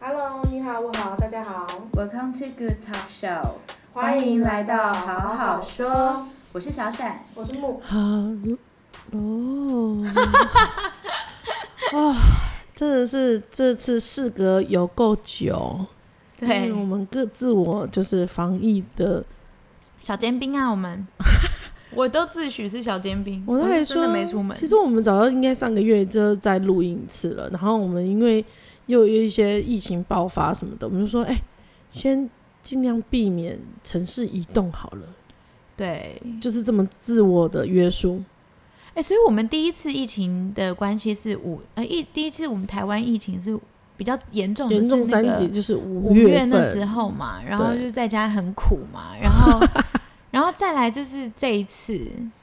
Hello，你好，我好，大家好， Welcome to Good Talk Show，欢迎来好到好好好说说。我是小闪，我是木，好哦， 哇，真的是这次事隔有够久，因嗯为我们各自我就是防疫的，小尖兵啊，我们， 我都自诩是小尖兵，我都还是真说的没出门。其实我们早就应该上个月就在录音一次了，然后我们因为又有一些疫情爆发什么的，我们就说，哎、先尽量避免城市移动好了，对，就是这么自我的约束。哎、所以我们第一次疫情的关系是五，呃，一第一次我们台湾疫情是比较严重的，严重哦是那三个级就是五五月月那时份，候嘛，然后对就是在家很苦嘛，然后， 然后再来就是这一次，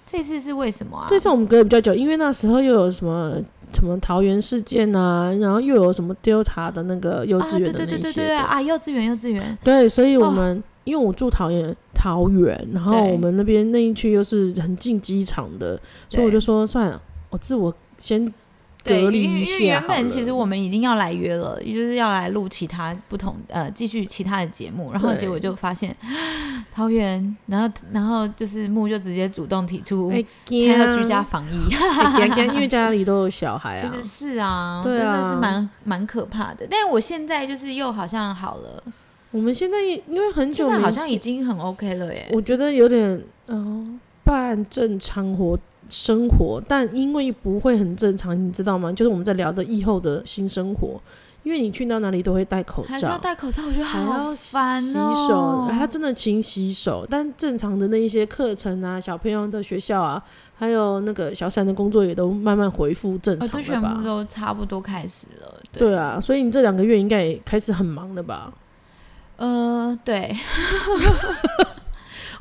这次是为什么啊？这次我们隔得比较久，因为那时候又有什么什么桃园事件啊，然后又有什么 Delta 的那个幼啊，稚对园对的对那对些对的，啊，幼稚园幼稚园，对，所以我们、因为我住桃园，桃园，然后对我们那边那一区又是很近机场的，所以我就说算了，我自我先对，隔因离为一因为下原好本了其实我们已经要来约了，也就是要来录其他不同呃，继续其他的节目，然后对结果就发现桃园，然后然后就是木就直接主动提出哎，他怕要居家，防疫，哎怕怕因为家里都有小孩 其啊实，是啊，对啊真的是蛮蛮可怕的。但我现在就是又好像好了，我们现在也因为很现久在没好像已经很 OK 了耶。我觉得有点嗯、呃半正常活生活，但因为不会很正常，你知道吗？就是我们在聊的疫后的新生活，因为你去到哪里都会戴口还是要罩。戴口罩，我觉得还要好洗烦手哦，。还要真的勤洗手。但正常的那一些课程啊，小朋友的学校啊，还有那个小闪的工作也都慢慢恢复正哦，常都了全部吧？都差不多开始了。对对啊，所以你这两个月应该也开始很忙了吧？呃，对，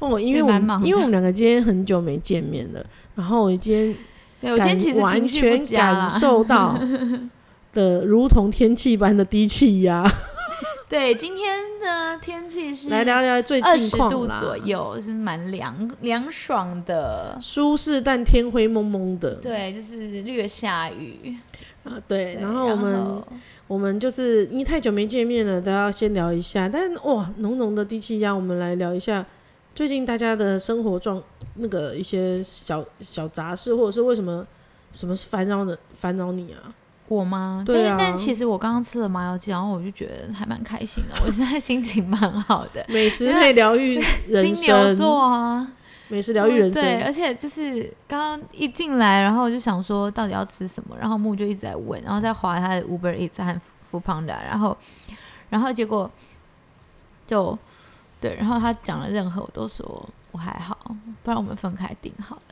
哦，因对为我蛮忙们的因为我们两个今天很久没见面了，然后我今天对我今天感其实完情绪全不佳感啦，受到的如同天气般的低气压。对，今天的天气是来聊聊最二近十况度啦左右，是蛮凉凉爽的。舒适但天灰蒙蒙的。对，就是略下雨。啊，对。对然后我们后我们就是因为太久没见面了，都要先聊一下。但哇，浓浓的低气压，我们来聊一下最近大家的生活状那个一些小小杂事，或者是为什么什么是烦扰的烦扰你啊？我吗？对啊。但但其实我刚刚吃了麻油鸡，然后我就觉得还蛮开心的，我现在心情蛮好的美食可以疗愈金人牛座生，啊，美食疗愈人对，生。而且就是刚刚一进来，然后我就想说到底要吃什么，然后木就一直在问，然后在划他的 Uber Eats 和 f o o Panda，然后然后结果就对，然后他讲了任何我都说我还好，不然我们分开订好了。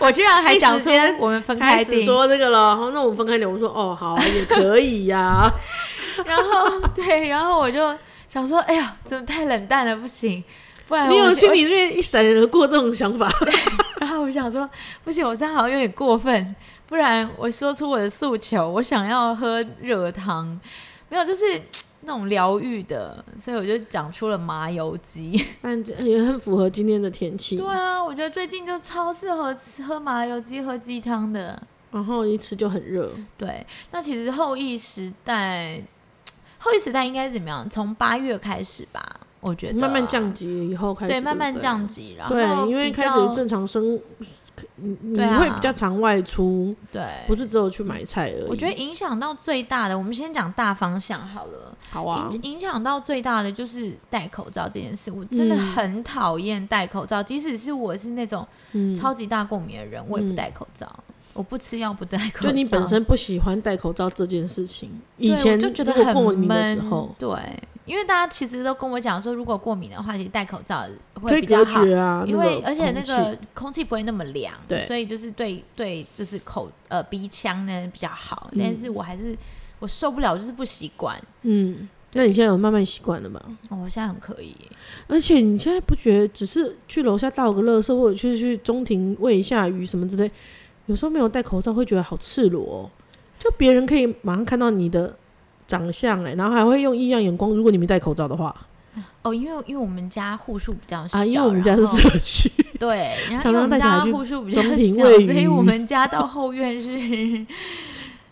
我居然还讲出一时间我们分开开始订，说这个了，好那我们分开聊。我说哦，好、啊，也可以啊呀、 然后对， 然后我就想说，哎呀，怎么太冷淡了，不行，不然你我有就心里面一闪而过这种想 法，然后我想说，不行，我这样好像有点过分，不然我说出我的诉求，我想要喝热汤，没有，就是那种疗愈的，所以我就讲出了麻油鸡。 但这也很符合今天的天气对。啊，我觉得最近就超适合吃喝麻油鸡、喝鸡汤的。然后一吃就很热，对，那其实后疫时代，后疫时代应该怎么样？从八月开始吧，我觉得慢慢降级以后开始啊对，慢慢不降级，然后对，因为比开始较正常生，你你对啊会比较常外出，对，不是只有去买菜而已。我觉得影响到最大的，我们先讲大方向好了。好啊，影影响到最大的就是戴口罩这件事，我真的嗯很讨厌戴口罩。即使是我是那种嗯，超级大过敏的人，我也不嗯戴口罩，我不吃药不戴口罩。就你本身不喜欢戴口罩这件事情，对以前我就觉得如果过很敏闷的时候，对，因为大家其实都跟我讲说，如果过敏的话，其实戴口罩可会以比隔较好。绝啊，因那为个而且那空气个空气不会那么凉，对所以就是对对，就是口呃鼻腔呢比较好。嗯但是我还是我受不了，就是不习惯。嗯，那你现在有慢慢习惯了吧？哦我现在很可以耶，而且你现在不觉得只是去楼下倒个垃圾，或者去去中庭喂一下鱼什么之类，有时候没有戴口罩会觉得好赤裸、哦，就别人可以马上看到你的长相哎、然后还会用异样眼光，如果你没戴口罩的话哦，因为因为我们家户数比较小，啊，因为我们家然是后社区， 对，然后因常为我常们带小家孩去户数比较中庭小，喂所以鱼 我们家到后院是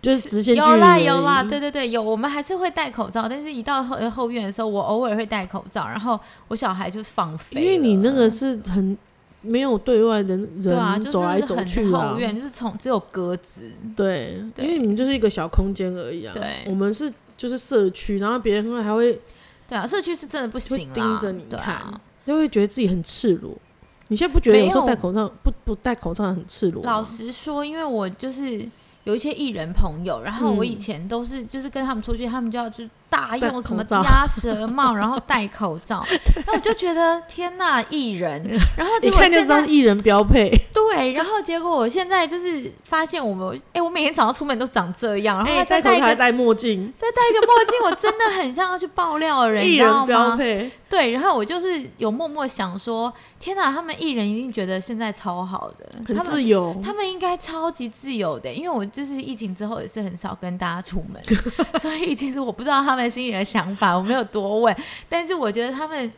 就是直线距离有啦而已有 啦，对对对，有，我们还是会戴口罩，但是一到后呃后院的时候，我偶尔会戴口罩，然后我小孩就放飞因为你那了个是很没有对外人对啊，人就是走来走去很啊后，院，就是从只有鸽子，对，对因为你们就是一个小空间而已啊。对我们是就是社区，然后别人会还会对啊，社区是真的不行啦，盯着你对啊看。就会觉得自己很赤裸。你现在不觉得有时候没有戴口罩不不戴口罩很赤裸吗？老实说，因为我就是有一些艺人朋友，然后我以嗯前都是就是跟他们出去，他们就要就是大戴用什么口罩鸭舌帽，然后戴口 罩，那我就觉得天呐，艺人，然后一结果看就现知道在是艺人标配。对，然后结果我现在就是发现我们，哎，我每天早上出门都长这样，然后哎，还 戴再戴口一罩还个戴墨镜，再戴一个墨镜，我真的很像要去爆料的人，你艺知道人标吗？配。对，然后我就是有默默想说，天哪，他们艺人一定觉得现在超好的，很他自们由，他们应该超级自由的，因为我就是疫情之后也是很少跟大家出 门，所以其实我不知道他们心里的想法，我没有多问，但是我觉得他们。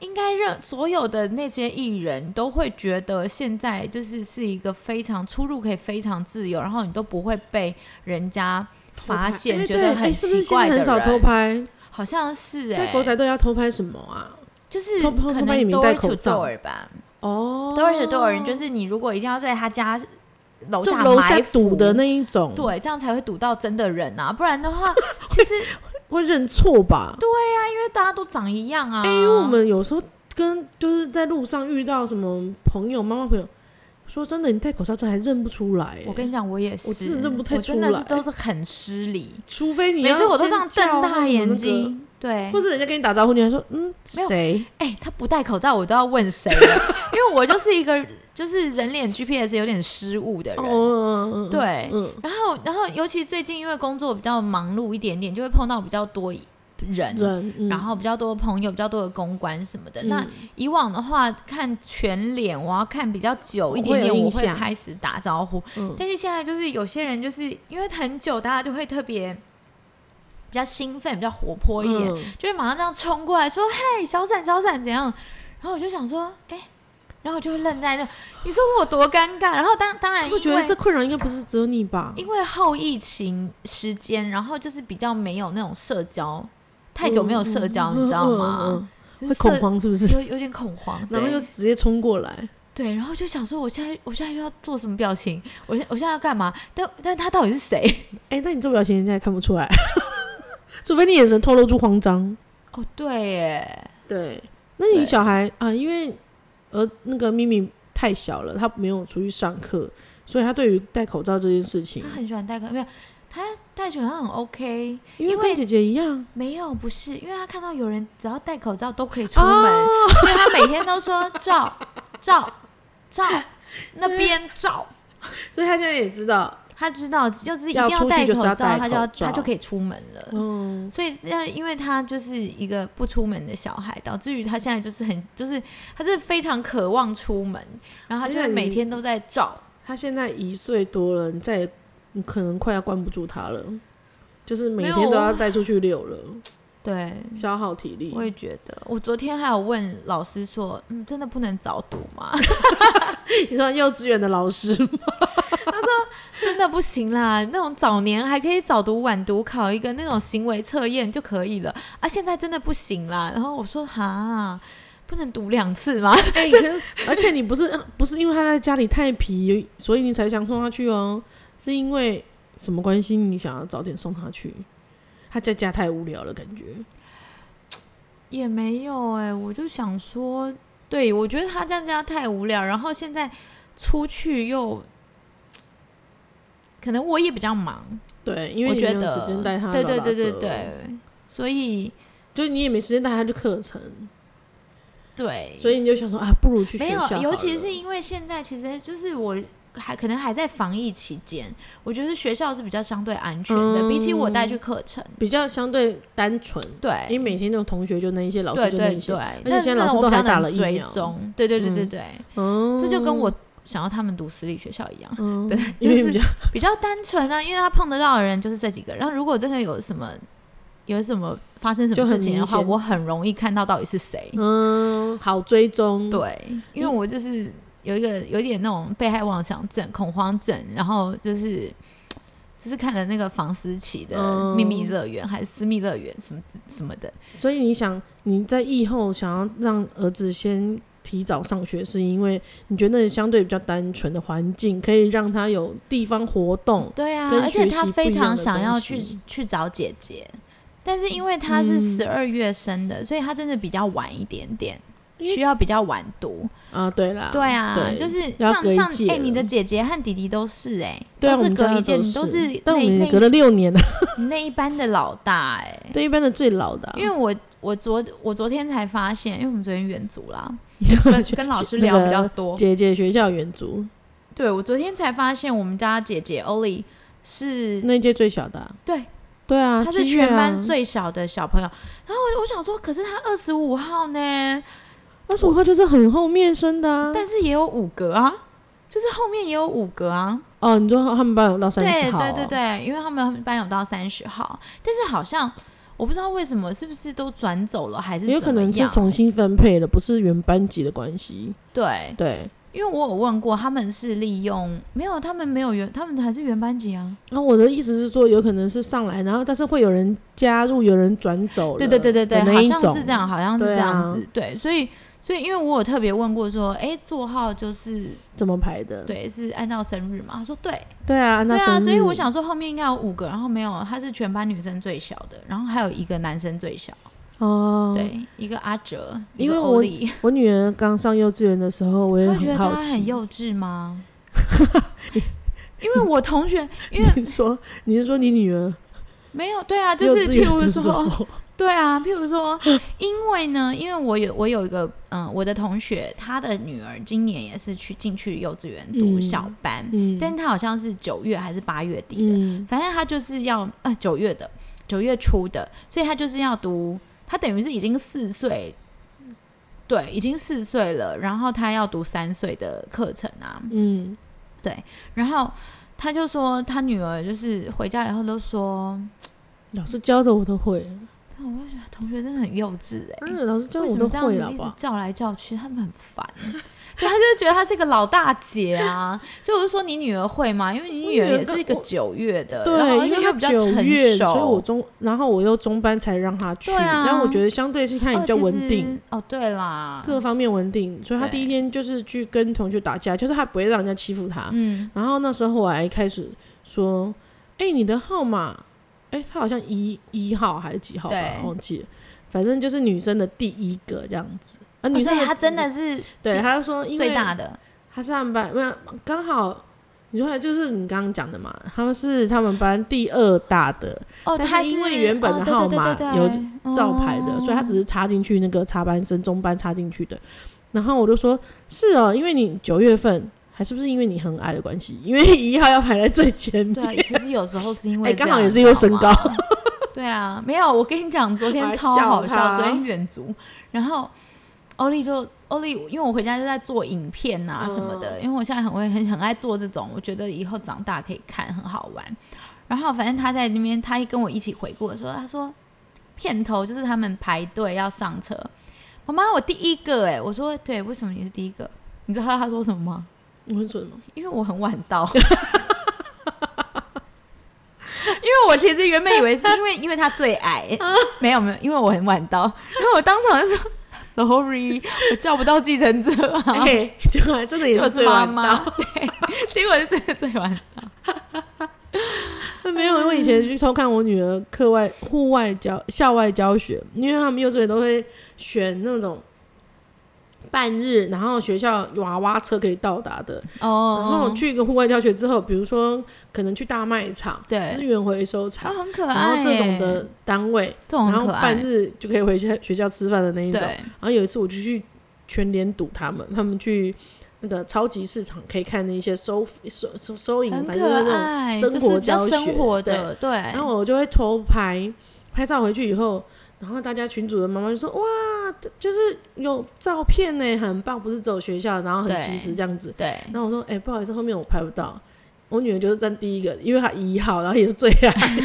应该让所有的那些艺人都会觉得现在就是是一个非常出入可以非常自由，然后你都不会被人家发现，哎觉对得哎很是不是奇现怪在的人。很少偷拍？好像是现哎、在狗仔队要偷拍什么啊？就是偷偷可偷拍你能没 door 戴口 to 罩 door 吧哦， ，door to door 就是你如果一定要在他家楼哦就下楼埋下堵伏的那一种，，对，这样才会堵到真的人啊，不然的 话，其实因会认错吧？为大家都长一样啊。哎，因为我们有时候跟就是在路上遇到什么朋友、妈妈朋友，说真的，你戴口罩这还认不出来。哎我跟你讲，我也是，我真的认不太我真出的来是都是很失礼，除非你每次要我都先这样叫瞪或大什么那眼个，睛。对，或是人家跟你打招呼，你还说嗯没有谁？哎、他不戴口罩，我都要问谁了， 因为我就是一个就是人脸 GPS 有点失误的哦人。嗯，嗯嗯对嗯，然后，然后尤其最近因为工作比较忙碌一点点，就会碰到比较多人，人，嗯然后比较多朋友，比较多的公关什么的。那嗯以往的话，看全脸，我要看比较久一点我会点，有印我会象开始打招呼。嗯但是现在就是有些人，就是因为很久，大家就会特别比较兴奋，比较活泼一点，嗯就会马上这样冲过来说：“嘿，小闪，小闪，怎样？”然后我就想说：“哎、然后我就会愣在那。你说我多尴尬？然后当当然，我因觉得为这困扰应该不是只有你吧？因为后疫情时间，然后就是比较没有那种社交，太久没有社交，你知道吗？嗯嗯嗯嗯就会是恐社慌是不是？有有点恐慌，然后对又直接冲过来，对，然后就想说，我现在我现在又要做什么表情？我现我现在要干嘛？但但他到底是谁？ 哎、但你做表情人家也看不出来， 除非你眼神透露出慌张。哦，对耶，对，那你对小孩啊，因为呃那个咪咪太小了，他没有出去上课，所以他对于戴口罩这件事情他，很喜欢戴口，没有他戴口罩很 OK，因为因为跟姐姐一样，没有不是，因为他看到有人只要戴口罩都可以出门，哦所以他每天都 说照照照那边照。所以他现在也知道，他知道，就是一要定出去戴就口是要罩，戴他就要口罩他就可以出门了。嗯，所以，那因为他就是一个不出门的小孩，导致于他现在就是很，就是他是非常渴望出门，然后他就那会你每天都在照。他现在一岁多了，你再也你可能快要关不住他了，就是每没有天都啊要带出去遛了，对，消耗体力我。也觉得。我昨天还有问老师说，嗯，真的不能早读吗？ 你说幼稚园的老师真的不行啦，那种早年还可以早读晚读，考一个那种行为测验就可以了啊，现在真的不行啦。然后我说哈，不能读两次吗？ 哎、可是而且你不是不是因为他在家里太皮，所以你才想送他去哦，是因为什么关系？你想要早点送他去？他在家太无聊了，感觉。也没有哎、我就想说，对我觉得他这样这样太无聊，然后现在出去又，可能我也比较忙，对，因为我你觉没有得时间带他，对对对对对，，哦所以就是你也没时间带他去课程，对，所以你就想说啊，不如去学没校好了。有，尤其是因为现在其实就是我还可能还在防疫期间，我觉得学校是比较相对安全的，比起我带去课程，比较相对单纯，对，嗯因为每天那种同学就那一些，老对师就那对一些，对，且那现在老那师我都比较还打能了疫追苗踪， 对对对对嗯对，嗯，这就跟我想要他们读私立学校一样。嗯，对因就为是比 较比较单纯啊，因为他碰得到的人就是这几个。然后如果真的有什么有什么发生什么就很事情的话，明显我很容易看到到底是谁。嗯好追踪，对，因为我就是有一个有一点那种被害妄想症、恐慌症，然后就是。就是看了那个房思琪的嗯《秘密乐园》还是《私密乐园》什么之什么的，所以你想你在疫后想要让儿子先提早上学，是因为你觉得那相对比较单纯的环境，可以让他有地方活动。对啊，跟而且学他习不非一样常的想要东去西去找姐姐，但是因为他是嗯十二月生的，所以他真的比较晚一点点，因为需要比较晚读。啊，对啦，对啊，对就是要像隔一像届哎、你的了姐姐和弟弟都是哎、对啊，都我是们隔家一届，都你都是是但那我们也隔那了六年了， 那一班的老大哎、对，一般的最老的啊、因为我我昨我昨天才发现，因为我们昨天远足 啦，跟跟老师聊比较多。姐姐学校远足对我昨天才发现，我们家姐姐 Oli 是那一届最小的啊、对对啊，他是七月啊全班最小的小朋友。然后我我想说，可是他二十五号呢，二十五号就是很后面生的啊。但是也有五个啊，就是后面也有五个啊。哦，你说他们班有到三对十号、啊对对，对，因为他们班有到三十号，但是好像我不知道为什么，是不是都转走了，还是也有可怎么能是样啊重新分配的，不是原班级的关系。对，对，因为我有问过，他们是利用没有，他们没有原，他们还是原班级啊。那、我的意思是说，有可能是上来，然后但是会有人加入，有人转走了对对对对对，的好那一像种是这样，。好像是这对啊样子。对，所以所以因为我有特别问过说，哎，座号就是怎么排的？对，是按照生日嘛？他说对，对啊，按照对生啊，日。所以我想说后面应该有五个，然后没有，他是全班女生最小的，然后还有一个男生最小，哦，对，一个阿哲，因为我我女儿刚上幼稚园的时候，我也会觉得好他很奇。幼稚 吗？因为我同学，因为 你说你是说你女儿没有对啊，就幼是稚譬园如的时说，候， 对啊，譬如说，因为呢，因为我有我有一个嗯、我的同学，他的女儿今年也是去进去幼稚园读嗯小班，嗯，但他好像是九月还是八月底的，嗯反正他就是要呃九月的九月初的，所以他就是要读，他等于是已经四岁，对，已经四岁了，然后他要读三岁的课程啊，嗯，然后他就说他女儿就是回家以后都说，老师教的我都会了，啊我就觉得同学真的很幼稚哎、嗯，老师教为的什我么都这样会了，子好一直不好？叫来叫去，他们很烦。 对，他就觉得她是个老大姐啊， 所以我就说你女儿会吗？因为你我女儿女儿也是跟一个我九月的，然后对，而因且为又他比较九月，成熟，所以我中，然后我又中班才让他去，对啊但我觉得相对是看你比较稳定，哦。其实哦，对啦，各方面稳定，所以他对第一天就是去跟同学打架，就是他不会让人家欺负他。嗯，然后那时候我还开始说，哎、你的号码，哎、他好像一一号还是几号吧对，忘记了，反正就是女生的第一个这样子。啊，哦女所生以的她真的是对，他就说因为最大的，他上班没有刚好，你说就是你刚刚讲的嘛，他是他们班第二大的哦，但是她因为原本的哦对对号码对对有对照牌的，哦所以他只是插进去那个插班生中班插进去的。然后我就说，是哦，因为你九月份还是不是因为你很矮的关系？因为一号要排在最前面，对啊，其实有时候是因为 哎刚好这样也是因为身 高好吗 对啊，没有，我跟你讲，昨天超好我还笑笑，他昨天远足，然后欧丽就欧丽，因为我回家就在做影片啊嗯什么的，因为我现在很会很很爱做这种，我觉得以后长大可以看，很好玩。然后反正他在那边，他跟我一起回顾的时候，他说片头就是他们排队要上车，妈妈我第一个哎、我说对，为什么你是第一个？你知道他说什么吗？你会说什么？因为我很晚到。 因为我其实原本以为是因为因为他最矮， 没有没有，因为我很晚到，然后我当场就说 sorry，我叫不到计程车啊， 哎、结果还真的也结果是是最妈晚妈，到。 对，结果是真的最晚，没有，因为我以前去偷看我女儿课外户外教校外教学，因为他们幼稚园都会选那种半日，然后学校娃娃车可以到达的，哦，然后去一个户外教学之后，比如说可能去大卖场、对资源回收厂，啊很可爱，然后这种，的单位，这种然很后可半爱，日就可以回去学校吃饭的那一种。对然，后有一次我就去全联堵他们，他们去那个超级市场可以看那些收收收收银，很反正就是可那爱，生就是活比较教生学活对的，对，种，然后我就会偷拍拍照回去以后。然后大家群主的妈妈就说：“哇，就是有照片呢，很棒，不是只有学校，然后很对及时这样子。”对，然后我说：“哎、不好意思，后面我拍不到。”我女儿就是站第一个，因为她一号，然后也是最矮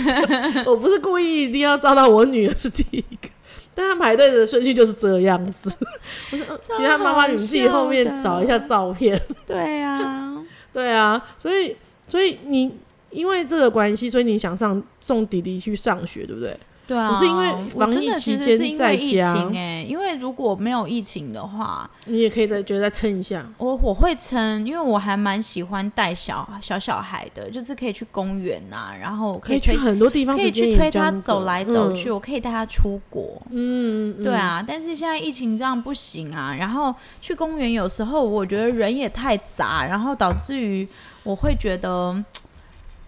的。 我不是故意一定要照到我女儿是第一个，但她排队的顺序就是这样子。 我说：“呃超其他妈妈，好你们自己后面笑的找一下照片。对啊，”对啊，所以所以你因为这个关系，所以你想上送弟弟去上学，对不对？对啊，我是因为我防真疫的其期实间是因在为疫家情哎、因为如果没有疫情的话，你也可以再觉得再撑一下。我我会撑，因为我还蛮喜欢带小小小孩的，就是可以去公园呐、然后我可以以推去很多地方，可以时间去也推他相走隔来走嗯去，我可以带他出国。嗯，嗯对，啊，但是现在疫情这样不行啊。然后去公园有时候我觉得人也太杂，然后导致于我会觉得，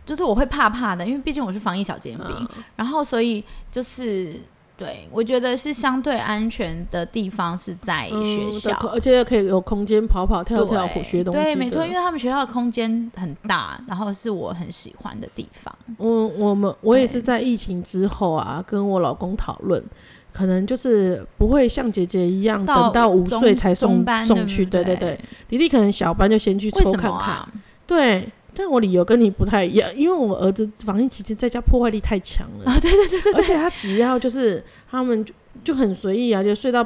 就是我会怕怕的，因为毕竟我是防疫小尖兵。嗯然后所以就是对我觉得是相对安全的地方是在嗯学对校。可而且可以有空间跑跑跳跳，对学东西的。对，没错，因为他们学校的空间很大，然后是我很喜欢的地方。我嗯我们我也是对在疫情之后啊，跟我老公讨论，可能就是不会像姐姐一样等到五中岁才送中班送去，对对不对对，，弟弟可能小班就先去为抽什看么看，啊？对。但我理由跟你不太一样，因为我儿子防疫期间在家破坏力太强了啊！对对对对而且他只要就是他们就就很随意啊，就睡到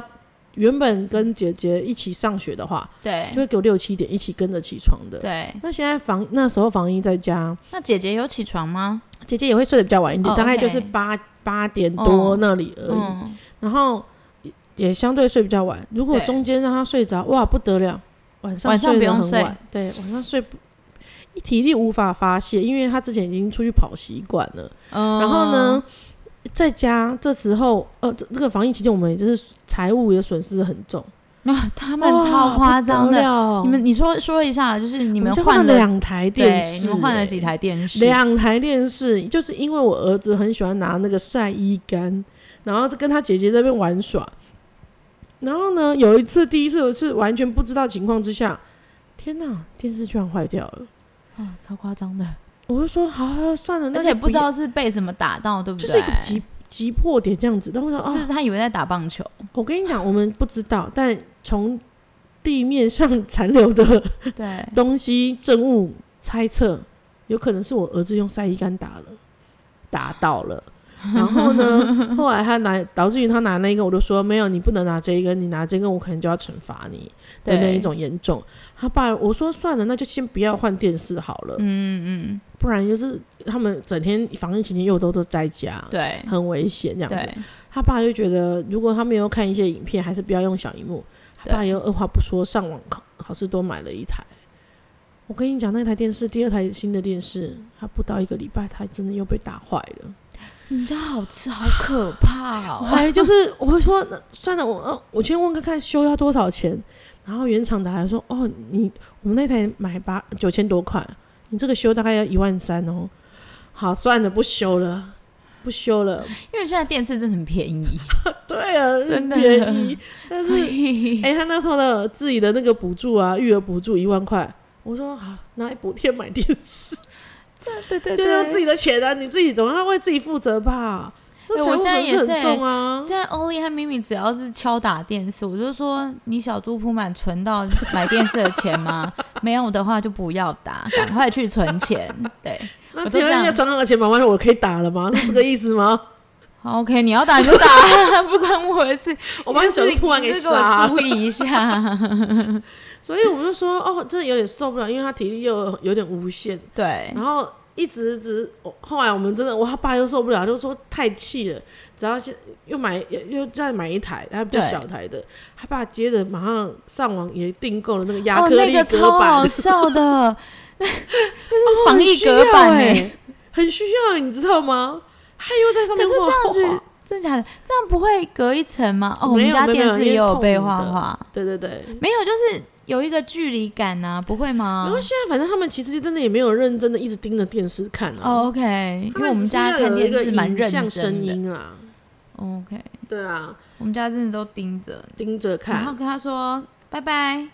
原本跟姐姐一起上学的话，对就会给我六七点一起跟着起床的。对，那现在防那时候防疫在家，那姐姐有起床吗？姐姐也会睡得比较晚一点，哦大概就是 OK 八八点多哦那里而已。嗯，然后也也相对睡比较晚。如果对中间让她睡着，哇不得了，晚上晚上睡不得用很睡晚，对，晚上睡不。体力无法发泄，因为她之前已经出去跑习惯了。然然后呢，，在家这时候，呃，这这个防疫期间，我们也就是财务也损失得很重，啊， 他们哇超夸张不得的。了你们你说说一下，就是你我们们家换了了两台电对视、你们换了欸几台电视？两台电视，就是因为我儿子很喜欢拿那个晒衣杆，然后就跟他姐姐在那边玩耍。然后呢，有一次，第一次我是完全不知道情况之下，天哪，电视居然坏掉了！啊，超夸张的，我就说好、啊，算了，那而且就不知要，道是被什么打到，对不就对？是一个急急迫点这样子。但我想就啊、是他以为在打棒 球，我跟你讲，我们不知道，但从地面上残留的对，东西证物猜测，有可能是我儿子用晒衣杆打了，打到了。 然后呢，后来他拿，导致于他拿那一个，我就说没有，你不能拿这一根，你拿这根我可能就要惩罚你的对那一种严重。他爸我说算了，那就先不要换电视好了，嗯嗯，不然就是他们整天防疫期间又都都在家，对很危险这样子。对他爸就觉得，如果他没有看一些影片，还是不要用小荧幕。他对爸又二话不说，上网好好事多买了一台。我跟你讲，那台电视，第二台新的电视，他不到一个礼拜，他真的又被打坏了。你们家好吃，好可怕哦！我还就是我会说，那算了，我呃我先问看看修要多少钱。然后原厂打来说，哦，你我们那台买八九千多块，你这个修大概要一万三哦。好，算了，不修了，不修了。因为现在电视真的很便宜，对啊，真的 便宜，但是所以哎、他那时候的自己的那个补助啊，育儿补助一万块，我说好拿来补贴买电视，对 对就对，是自己的钱啊，你自己总要为自己负责吧。这哎财我务现在损失也是很哎重啊现，在欧丽和咪咪只要是敲打电视，我就说你小猪铺满存到 买电视的钱吗？没有的话就不要打，赶快去存钱。 对那哎我都只要这人家样床上的钱，妈妈说我可以打了吗？是这个意思 吗？好，OK，你要打你就打， 不关我的事。我把你小猪铺完给你就我杀注。意一下。 所以我们就说，哦，真的有点受不了，因为他体力又有点无限，对 然后一直直，我后来我们真的，我他爸又受不了，就说太气了，只要先又买又又再买一台，然后比较对小台的，他爸接着马上上网也订购了那个亚哦，克那力个隔超板，好笑的，那那是防疫隔板哎、哎、很需要，你知道吗？ 他又在上面可是画这样画子，真的假的？这样不会隔一层吗？哦，我没们有家没有电没有视因也为是有透被明画的画，对对对。没有，就是有一个距离感呐、不会吗然？后现在反正他们其实真的也没有认真的一直盯着电视看啊，哦、o k 他因为我们只是家要看有一电个视蛮影认像真声的。音啊， OK，对啊，我们家真的都盯着，盯着然后看。跟他说拜拜，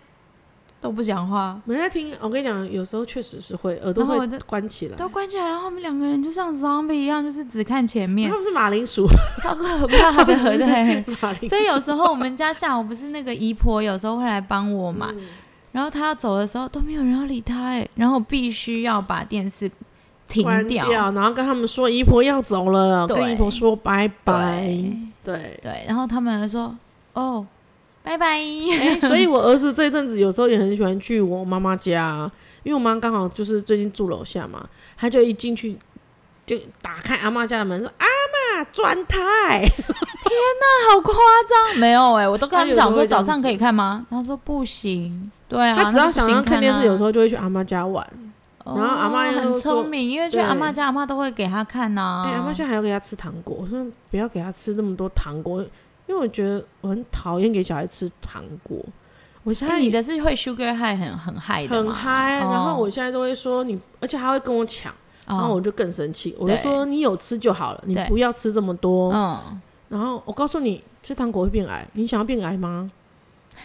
都不讲话，没在听，我跟你讲，有时候确实是会耳朵然后会我的关起来。都关起来，然后我们两个人就像 zombie 一样，就是只看前面 他，们是马铃薯，超可 怕的，是对。马铃薯所以有时候我们家下午不是那个姨婆有时候会来帮我嘛，嗯然后她要走的时候都没有人要理她哎，然后必须要把电视停关掉，然后跟他们说姨婆要走了，对跟姨婆说拜拜。对对，对，然后他们还说哦，拜拜，哎、所以我儿子这阵子有时候也很喜欢去我妈妈家，因为我妈刚好就是最近住楼下嘛，她就一进去就打开阿妈家的门说：“阿妈转台。那好夸张！没有哎、我都跟他们讲他有时说候会这样早子上可以看吗？他说不行。啊对”啊，她只要想要要看电视，有时候，候就会去阿妈家玩。然然后阿嬷又很说聪明，因为去对阿妈家，阿妈都会给他看啊呐、哎、阿妈现在还要给她吃糖果，我说不要给她吃那么多糖果，因为我觉得我很讨厌给小孩吃糖果。我现哎在你的是会 sugar high 很很嗨的很嘛嗨，哦然后我现在都会说你，而且还会跟我抢，然后我哦就更生气，我就对说你有吃就好了，你对不要吃这么多。嗯，然后我告诉你，吃糖果会变矮，你想要变矮吗？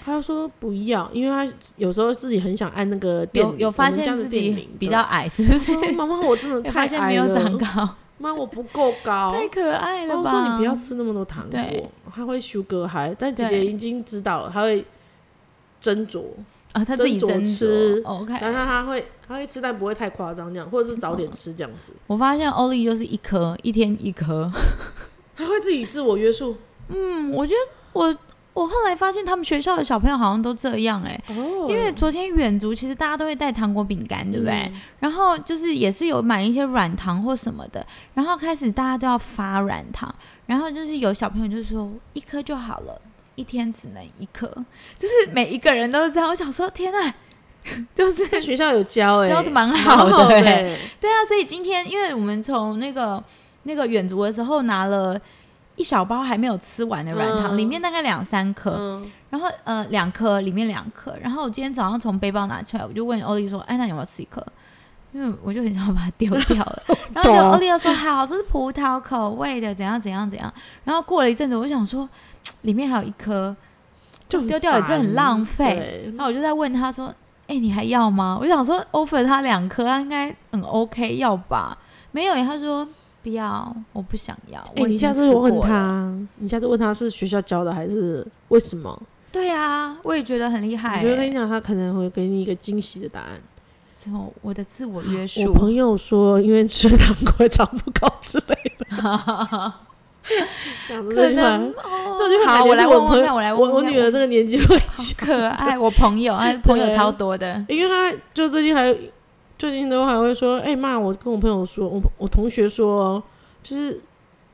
他就说不要，因为他有时候自己很想按那个电有铃，有发我们家现的自电铃己对比较矮，是不是？说妈妈，我真 的有太发现矮没有长了，高，妈我不够 高。太可爱然了后我吧？说你不要吃那么多糖对果，他会修哥还，但姐姐对已经知道了，他会斟酌，啊，他自己斟酌斟吃酌。OK，哦然后他会他会吃，但不会太夸张这样，或者是早点吃这样 子，我发现欧丽就是一颗，一天一颗。他会自己自我约束。嗯，我觉得我我后来发现他们学校的小朋友好像都这样哎、哦，因为昨天远足，其实大家都会带糖果、饼干，对不对？然后就是也是有买一些软糖或什么的，然后开始大家都要发软糖，然后就是有小朋友就说一颗就好了，一天只能一颗，就是每一个人都是这样。我想说，天呐， 就是 在学校有教哎，教的蛮蛮好的、的欸，欸对啊，所以今天因为我们从那个那个远足的时候拿了一小包还没有吃完的软糖，嗯里面大概两三颗，嗯，然后呃两颗里面两颗，然后我今天早上从背包拿出来，我就问欧丽说：“哎，那你有没有吃一颗？”因为我就很想把它丢掉 了，然后就哦欧丽就说：“好，这是葡萄口味的，怎样怎样怎样。”然后过了一阵子，我就想说，嘖里面还有一颗，就丢掉也是很浪费费然后我就在问他说：“哎、你还要吗？”我想说 offer 他两颗，啊他应该很 OK 要吧？没有耶，他说不要，我不想要。哎，我已你经下吃次问过了。他，你下次问他是学校教的还是为什么？对啊，我也觉得很厉害耶。我觉得跟你讲，他可能会给你一个惊喜的答案。什么？我的自我约我束。朋友说，因为吃 糖果长不高之类的，讲的这句话，哦这句话好，感觉我是来我问朋问友，看，我来问我我问看女儿这个年纪会讲，可爱，我朋友， 哎，朋友对超多的。因为她就最近还最近都还会说，哎、妈，我跟我朋友说，我我同学说，哦就是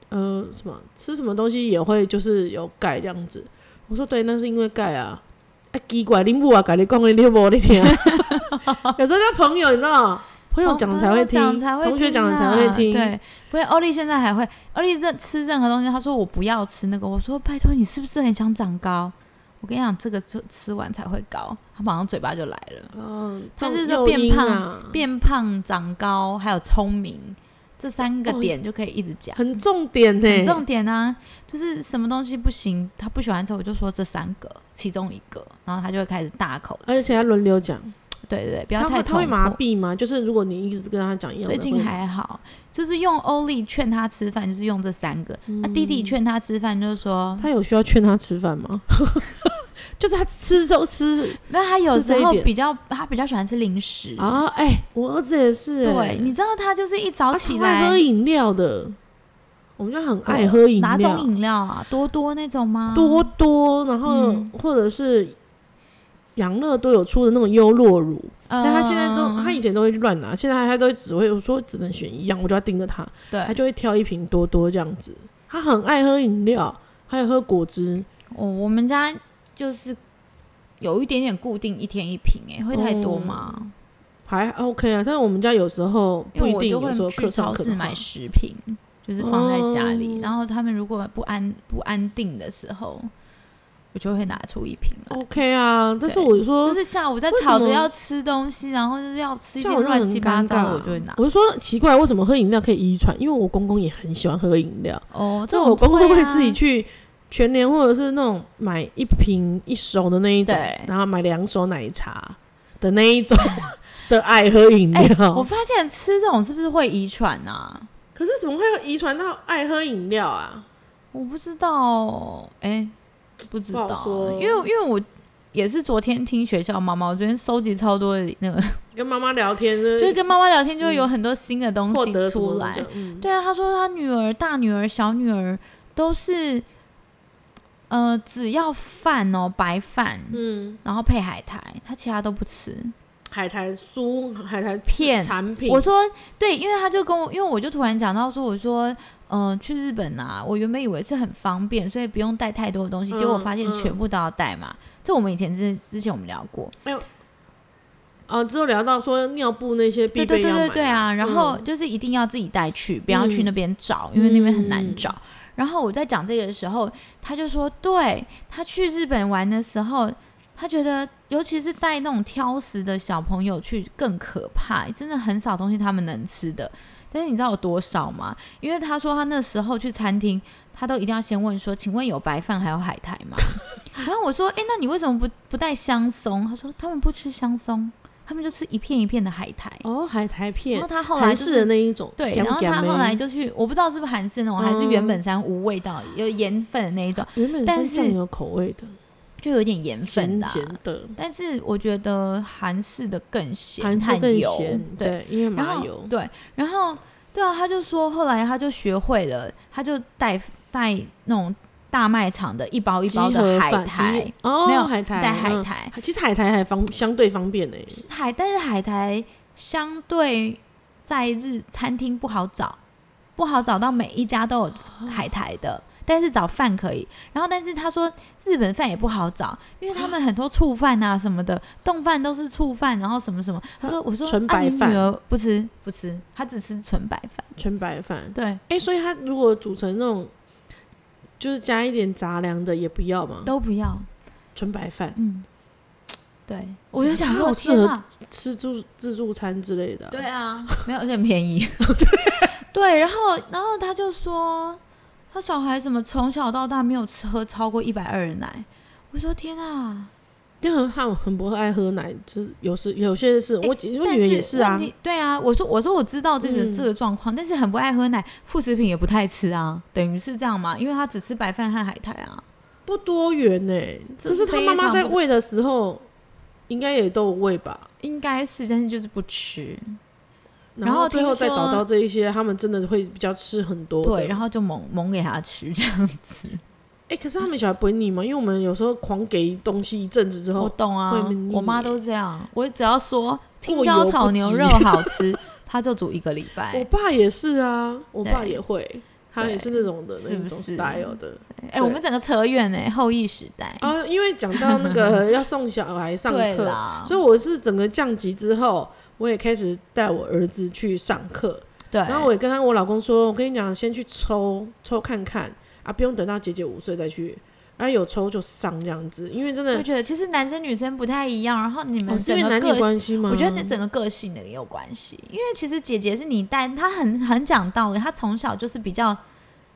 呃什么吃什么东西也会就是有钙这样子。我说对，那是因为钙啊。啊，奇怪，你母啊，跟你讲的你无你听，啊 有时候叫朋友，你知道吗？朋友讲才会听，哦讲才会同学讲啊才会听。对，不是欧丽现在还会，欧丽任吃任何东西，她说我不要吃那个，我说拜托你是不是很想长高？我跟你讲，这个吃吃完才会高，她马上嘴巴就来了，嗯，但动是就诱变因胖啊变胖、长高还有聪明这三个哦点就可以一直讲。很重点呢、很重点啊，就是什么东西不行，她不喜欢吃，我就说这三个其中一个，然后她就会开始大口吃。而且他轮流讲，对对对，不要呃他太会他会重麻复痹吗？就是如果你一直跟他讲一样的，最近会还好，就是用欧丽劝他吃饭，就是用这三个。嗯那、弟弟劝他吃饭，就是说，他有需要劝他吃饭吗？就是他吃都吃那他有是这时一候点比较他比较喜欢吃零食。啊，哎、我儿子也是、哎嗯对，你知道他就是一早他起超来爱喝饮料的，我们家很爱啊喝饮哪种料，饮料啊？多多那种吗？多多，然后、嗯或者是。养乐多有出的那种优酪乳，呃，但他现在都，他以前都会乱拿，现在他都只会我说只能选一样，我就要盯着他。他对，就会挑一瓶多多这样子。他很爱喝饮料，还有喝果汁，我哦我们家就是有一点点固定，一天一瓶、哎，会太多吗？还 OK 啊。但是我们家有时候因哦不为一我定，就有时候会去课上超课市的话买食品，就是放在家里。哦然后他们如果不安不安定的时候，我就会拿出一瓶来。 OK 啊。但是对我就说就，是下午在为什吵着么要吃东西，然后就是要吃一些像我这样乱很七八尴糟尬，的，我就会拿。我就说奇怪，为什么喝饮料可以遗传？因为我公公也很喜欢喝饮料，哦，这但我种公公对会啊自己去。全年或者是那种买一瓶一手的那一种对，然后买两手奶茶的那一种的爱喝饮哎、料。我发现吃这种是不是会遗传啊？可是怎么会遗传到爱喝饮料啊？我不知道，哎、不知不好道，说因为因为我也是昨天听学校妈妈，我昨天收集超多的那个，跟妈妈聊天，就就是跟妈妈聊天就会有很多新的东嗯获西得什么出的来。嗯，对啊，他说他女儿、大女儿、小女儿都是，呃，只要饭哦，白饭，嗯，然后配海苔，他其他都不吃。海苔酥、海苔片产品，我说对，因为他就跟我，因为我就突然讲到说，我说，嗯、去日本啊，我原本以为是很方便，所以不用带太多的东西，结果我嗯发现嗯全部都要带嘛。这我们以前之之前我们聊过，啊，之后聊到说尿布那些对必对备对要买对对啊，然后嗯就是一定要自己带去，不要去嗯那边找，因为那边很难嗯找。然后我在讲这个的时候，他就说，对他去日本玩的时候，他觉得尤其是带那种挑食的小朋友去更可怕，真的很少东西他们能吃的。但是你知道有多少吗？因为他说他那时候去餐厅，他都一定要先问说：“请问有白饭还有海苔吗？” 然后我说：“诶，那你为什么不不带香松？”他说：“他们不吃香松，他们就吃一片一片的海苔。”哦，海苔然片后，他啊后来韩就式的是那一种，对，咸然后他咸后来的就去，我不知道是不是韩式那种，还是嗯原本山无味道有盐分的那一种，原本但是是酱油口味的，就有点盐分咸的啊、咸的，但是我觉得韩式的更咸，韩式和更油咸，对，对，因为然麻后油，对，然后对啊，他就说后来他就学会了，他就带带那种大卖场的一包一集包合的海饭苔集，哦，没有海苔，带海嗯，苔，其实海苔还方相对方便呢，海，但是海苔相对在日餐厅不好找，不好找到每一家都有海苔的。但是找饭可以，然后但是他说日本饭也不好找，因为他们很多醋饭啊什么的，冻饭都是醋饭，然后什么什么。他说我说纯啊白你饭女儿不吃不吃，她只吃纯白饭。全白饭，对，哎，所以它如果煮成那种。就是加一点杂粮的也不要嘛，都不要。纯白饭嗯，对，我就想它说，好适天合哪，吃自自助餐之类的啊，啊， 没有，而且很便宜。 对，然后然后他就说，他小孩怎么从小到大没有吃喝超过一百二的奶？我说天啊，就很很很不爱喝奶，就是有时有些是、诶我姐我但女儿是也是啊问，题对啊，我说我说我知道这个、嗯这个状况，但是很不爱喝奶，副食品也不太吃啊，等于是这样嘛，因为他只吃白饭和海苔啊。不多元呢、这就是是她非妈妈在常不喂的时候，应该也都有喂吧。应该是，但是就是不吃，然然后最后听再说找到这一些，他们真的会比较吃很多的。对，然后后就猛猛给他吃这样子。哎、可是他们小孩不会腻吗？因为我们有时候狂给东西一阵子之我后，懂啊会很，腻我妈耶都这样。我只要说青过椒犹炒不牛及肉好吃， 她就煮一个礼我拜。爸也是啊，我爸对也会，他也是那种的是不那种是 style 的哎、我们整个扯远哎、后疫时代。啊。因为讲到那个要送小孩上哎对课，啦，所以我是整个降级之后，我也开始带我儿子去上课。对，然后我也跟他我老公说，我跟你讲，先去抽抽看看啊，不用等到姐姐五岁再去，啊有抽就上这样子，因为真我的觉得其实男生女生不太一样，然后你哦们是整因为个男女个性，关系吗？我觉得那整个个性的也有关系。因为其实姐姐是你带，她很很讲道理，她从小就是比较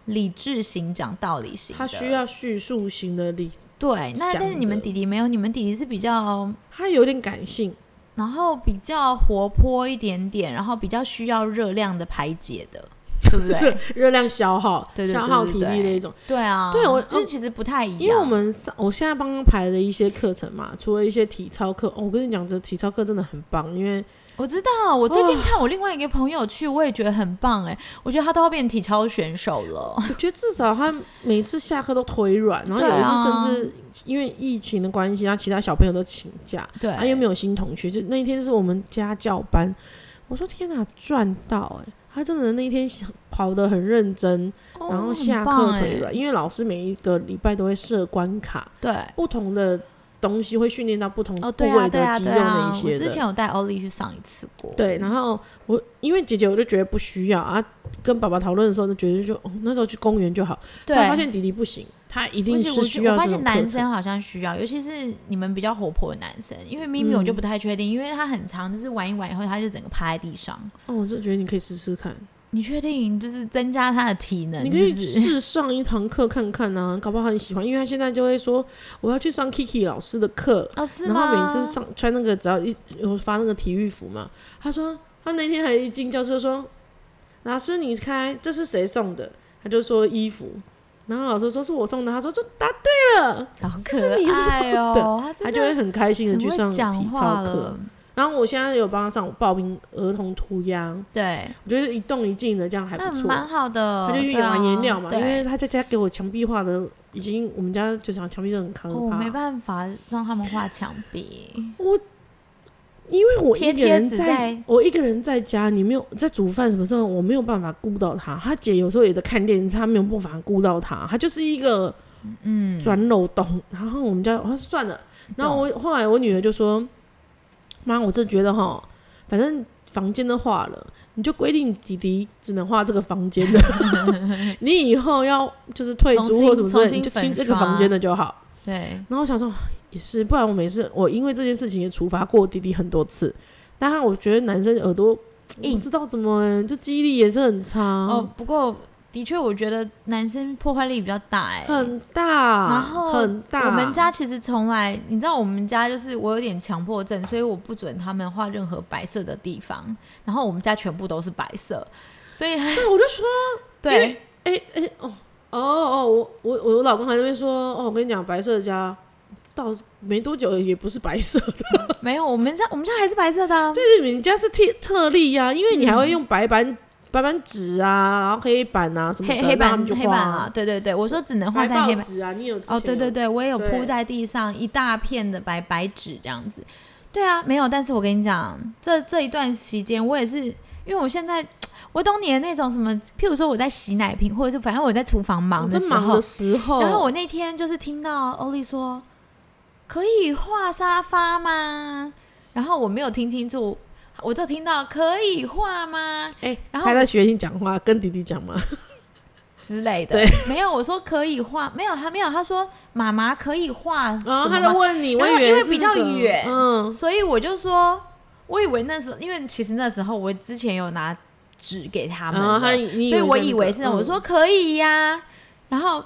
理智型、讲道理型的。他需要叙述型的理，对，那但是讲你们的弟弟没有，你们弟弟是比较他有点感性，然后比较活泼一点点，然后比较需要热量的排解的，对不是对？热量消耗、对对对消耗体力的一种。对啊，对我哦就是其实不太一样，因为我们上我现在帮他排的一些课程嘛，除了一些体操课、哦我跟你讲，这体操课真的很棒，因为我知道，我最近看我另外一个朋友去，我也觉得很棒哎，我觉得他都要变体操选手 了，我觉得至少他每次下课都腿软，然后啊有一次甚至因为疫情的关系，然后其他小朋友都请假，对，啊，又没有新同学，就那一天是我们家教班，我说天哪，赚到哎、他真的那一天跑得很认真，哦，然后下很棒课哎腿软，因为老师每一个礼拜都会设关卡，对。不同的东西会训练到不同哦，嗯部对啊，位对的啊，肌肉对啊！那一我些之前的。有带欧丽去上一次过，对，然后我因为姐姐，我就觉得不需要啊。跟爸爸讨论的时候，就觉得就、哦那时候去公园就好。对，后来发现弟弟不行，他一定而且是我需觉我要发这现种男课生程。好像需要，尤其是你们比较活泼的男生，因为咪咪我就不太确定，嗯因为他很长，就是玩一玩以后他就整个趴在地上。哦，我就觉得你可以试试看，你确定就是增加他的体能你可嗯是以不是？试上一堂课看看啊，搞不好你喜欢，因为他现在就会说我要去上 Kiki 老师的课，哦，是然吗？后每次上穿那个只要一有发那个体育服嘛，他说他那天还一进教室就说老师你猜这是谁送的？他就说衣服，然后老师说是我送的，他说就答对了，好是可你爱哦，他他真就的会很开心的很去上会讲体话操课了。。然后我现在有帮他上报名儿童涂鸦，对，我觉得一动一静的这样还那不错。蛮好的。他就去对啊玩颜料嘛，对因为他在家给我墙壁画的，已经我们家哦就想墙壁就很坑哦我怕。没办法让他们画墙壁，因为我一贴个人贴纸在，在我一个人在家，你没有在煮饭什么时候，我没有办法顾到他。他姐有时候也在看电视，他没有办法顾到他，他就是一个嗯，钻漏洞。然后我们家，我说算了。然后我后来我女儿就说：“妈，我真的觉得哈，反正房间都画了，你就规定弟弟只能画这个房 间的。你以后要就是退租或什么之重类的，新你就重新清这个粉刷房间的就好。”对，然后我想说也是，不然我每次我因为这件事情也处罚过我弟弟很多次，但他我觉得男生耳朵不硬知道怎么、欸就记忆力也是很差，哦。不过的确，我觉得男生破坏力比较大哎、很大，然后很大。我们家其实从来，你知道，我们家就是我有点强迫症，所以我不准他们画任何白色的地方。然后我们家全部都是白色，所以 对，我就说，因对为哎、哎、哦哦哦，我我我老公还在那边说，哦，我跟你讲，白色的家到没多久也不是白色的， 没有，我们家我们家还是白色的、啊。对，但是你们家是特特例呀、因为你还嗯会用白板、白板纸啊，然后黑板啊什么黑的，黑让他板们就黑画板啊，，对对对，我说只能画白在黑报板。纸啊，你有之哦，前对有对对，我也有铺对在地上一大片的白白纸这样子。对啊，没有，但是我跟你讲，这这一段期间我也是，因为我现在我懂你的那种什么，譬如说我在洗奶瓶，或者是反正我在厨房忙我的在时忙候的，时候，然后我那天就是听到欧丽说可以画沙发吗？然后我没有听清楚，我就听到可以画吗？哎、然后他在学你讲话，跟弟弟讲 嘛，之类的。对，没有，我说可以画，没有，他没有，他说妈妈可以画什么吗，然后哦他在问你，我然后以因为是比较那个远嗯，所以我就说，我以为那时候，因为其实那时候我之前有拿纸给他们然了，啊哦后他所你以我以以为是那，嗯我说可以呀、然后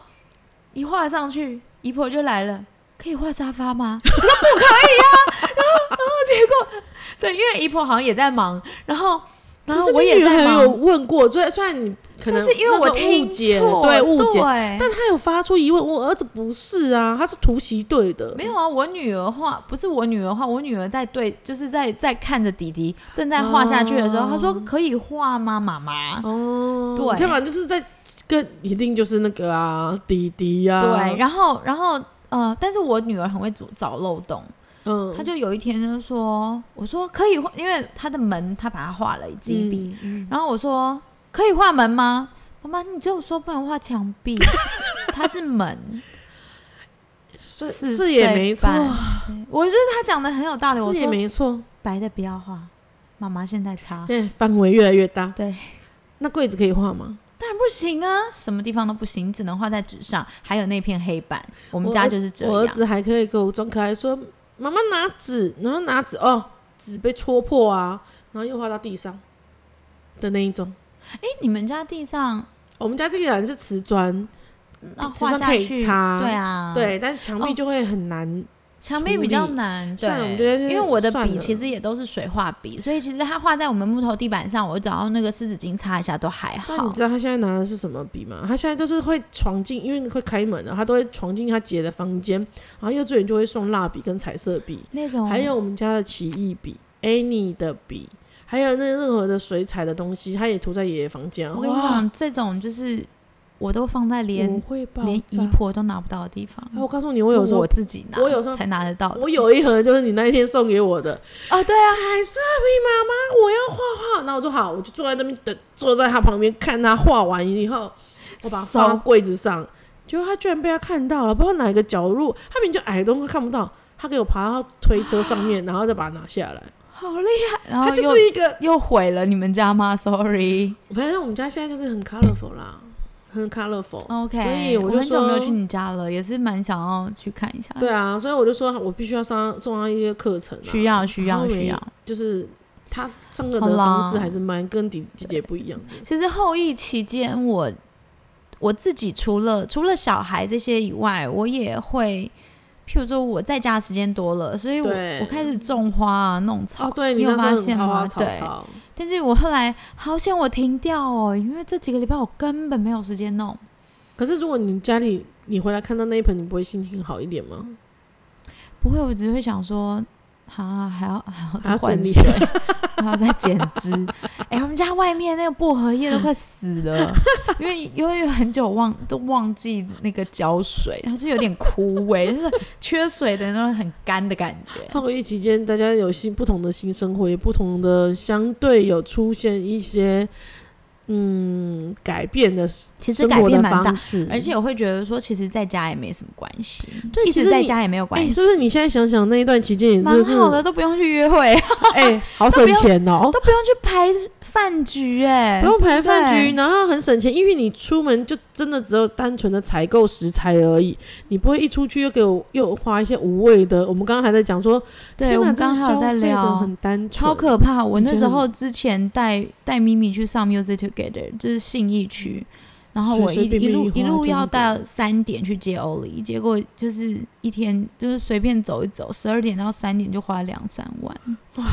一画上去，姨婆就来了。可以画沙发吗？我 说不可以呀、然后，然后结果，对，因为姨婆好像也在忙，然后，然后我也在还有忙，问过，虽然虽然你可但能是因为那我时候误听解错，了，对误解，对但他有发出疑问，我儿子不是啊，他是突袭队的，没有啊，我女儿画不是我女儿画，我女儿在对，就是在在看着弟弟正在画下去的时候，哦她说可以画吗，妈妈？哦，对你看嘛，就是在跟一定就是那个啊，弟弟呀、啊，对，，然后然后呃，但是我女儿很会找找漏洞，嗯，她就有一天就说，我说可以画，因为她的门她把它画了一几笔，嗯，嗯然后我说可以画门吗？妈妈，你只有说不能画墙壁， 它是门，是四是也岁没错，半对我觉得她讲的很有道理。我是也说没错，白的不要画，妈妈现在擦。现在范围越来越大，啊对，那柜子可以画吗？当然不行啊，什么地方都不行，只能画在纸上，还有那片黑板。我们我家儿就是这我儿样。子还可以给我装可爱，说妈妈拿纸，然后拿纸哦，纸被戳破啊，然后又画到地上的那一种。哎，你们家地上我们家地板是瓷砖，那纸画上下可以去，擦对啊，，对，但墙壁哦就会很难。墙壁处比较理难。对算了我，觉得因为我的算笔了其实也都是水画笔，所以其实它画在我们木头地板上，我找到那个湿纸巾擦一下都还那哦好你。知道他现在拿的是什么笔吗？他现在就是会闯进，因为会开门的、啊，他都会闯进他姐的房间。然后幼稚园就会送蜡笔跟彩色笔，那种还有我们家的奇异笔、Annie 的笔，还有那任何的水彩的东西，他也涂在爷爷房间啊。我跟你哇，讲，这种就是我都放在连我会爆连炸姨婆都拿不到的地方哎，，我告诉你，我有时就候我自己拿，我有时候才拿得到的。我有一盒就是你那一天送给我的哦，对啊，彩色笔，妈妈，我要画画。那我说好，我就坐在这边等，坐在他旁边看他画完以后，我把它放到手柜子上，结果他居然被他看到了，不知道哪个角落，他明明就矮东看不到，他给我爬到推车上面，然后再把它拿下来。好厉害！然后他啊哦又就是一个，又毁了你们家吗？Sorry。反正我们家现在就是很 colorful 啦，很 colorful。 OK，所以我我就很久没有说去你家了，也是蛮想要去看一下。对啊，所以我就说我必须要上送他一些课程、啊，需要需要然后需要。就是他上课好的啦方式还是蛮跟弟弟姐不一样的。其实后疫期间我，我自己除了除了小孩这些以外，我也会，譬如说我在家时间多了，所以我对我开始种花啊，弄草。哦，对你你有那时发候现很花吗？花草对，草，但是我后来好险我停掉哦，因为这几个礼拜我根本没有时间弄。可是如果你家里你回来看到那一盆，你不会心情好一点吗？不会，我只会想说，啊，还要还要还再要换 整理水，还要再剪枝， 哎、我们家外面那个薄荷叶都快死了， 因为因为很久忘都忘记那个浇水，它就有点枯萎， 就是缺水的那种很干的感觉。后疫期间，大家有新不同的新生活，也不同的相对有出现一些嗯改变的生其实改活变的蛮大方，式，而且我会觉得说，其实在家也没什么关系，对一其直实在你家也没有关哎、系，是不是你现在想想那一段期间也真蛮的是好的，都不用去约会， 哎、好省钱哦、都不用去排饭局、哎不，用排饭对局，然后很省钱，因为你出门就真的只有单纯的采购食材而已，你不会一出去又给我又花一些无谓的。我们刚刚还在讲说，对天我哪们真刚的好在消费得聊。很单纯，超可怕！我以那前时很候之前带带咪咪去上 Music Together，就是信义区，然后我嗯随一随便一便路一一花路真要的到三点去接欧丽，结果就是一天就是随便走一走，十二点到三点就花了两三万，哇！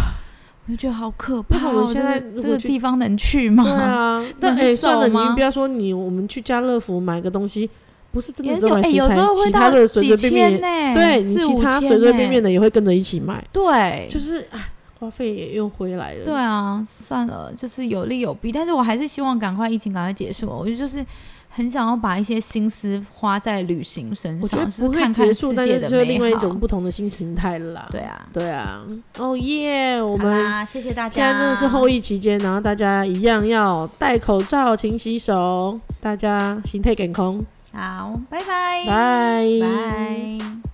我就觉得好可怕、那我哦！现这个在如这果个去地方能去吗？对啊，但能哎、算走了，你吗不要说你，我们去家乐福买个东西，不是真也的只有买哎食有材时候，会其到他的随几随便千便呢、也，对你四五其他千随随呢便便的也会跟着一起买，对，就是哎，花费也又回来了。对啊，算了，就是有利有弊，但是我还是希望赶快疫情赶快结束。哦我就就是很想要把一些心思花在旅行身我觉上，得就不是会看看结世束，但界是的就是另外美一好。种不同的新形态了啦。对啊，对啊，哦耶！我好们啦，谢谢大家。现在真的是后疫期间，然后大家一样要戴口罩、勤洗手，大家心态健康，好，拜拜，拜拜。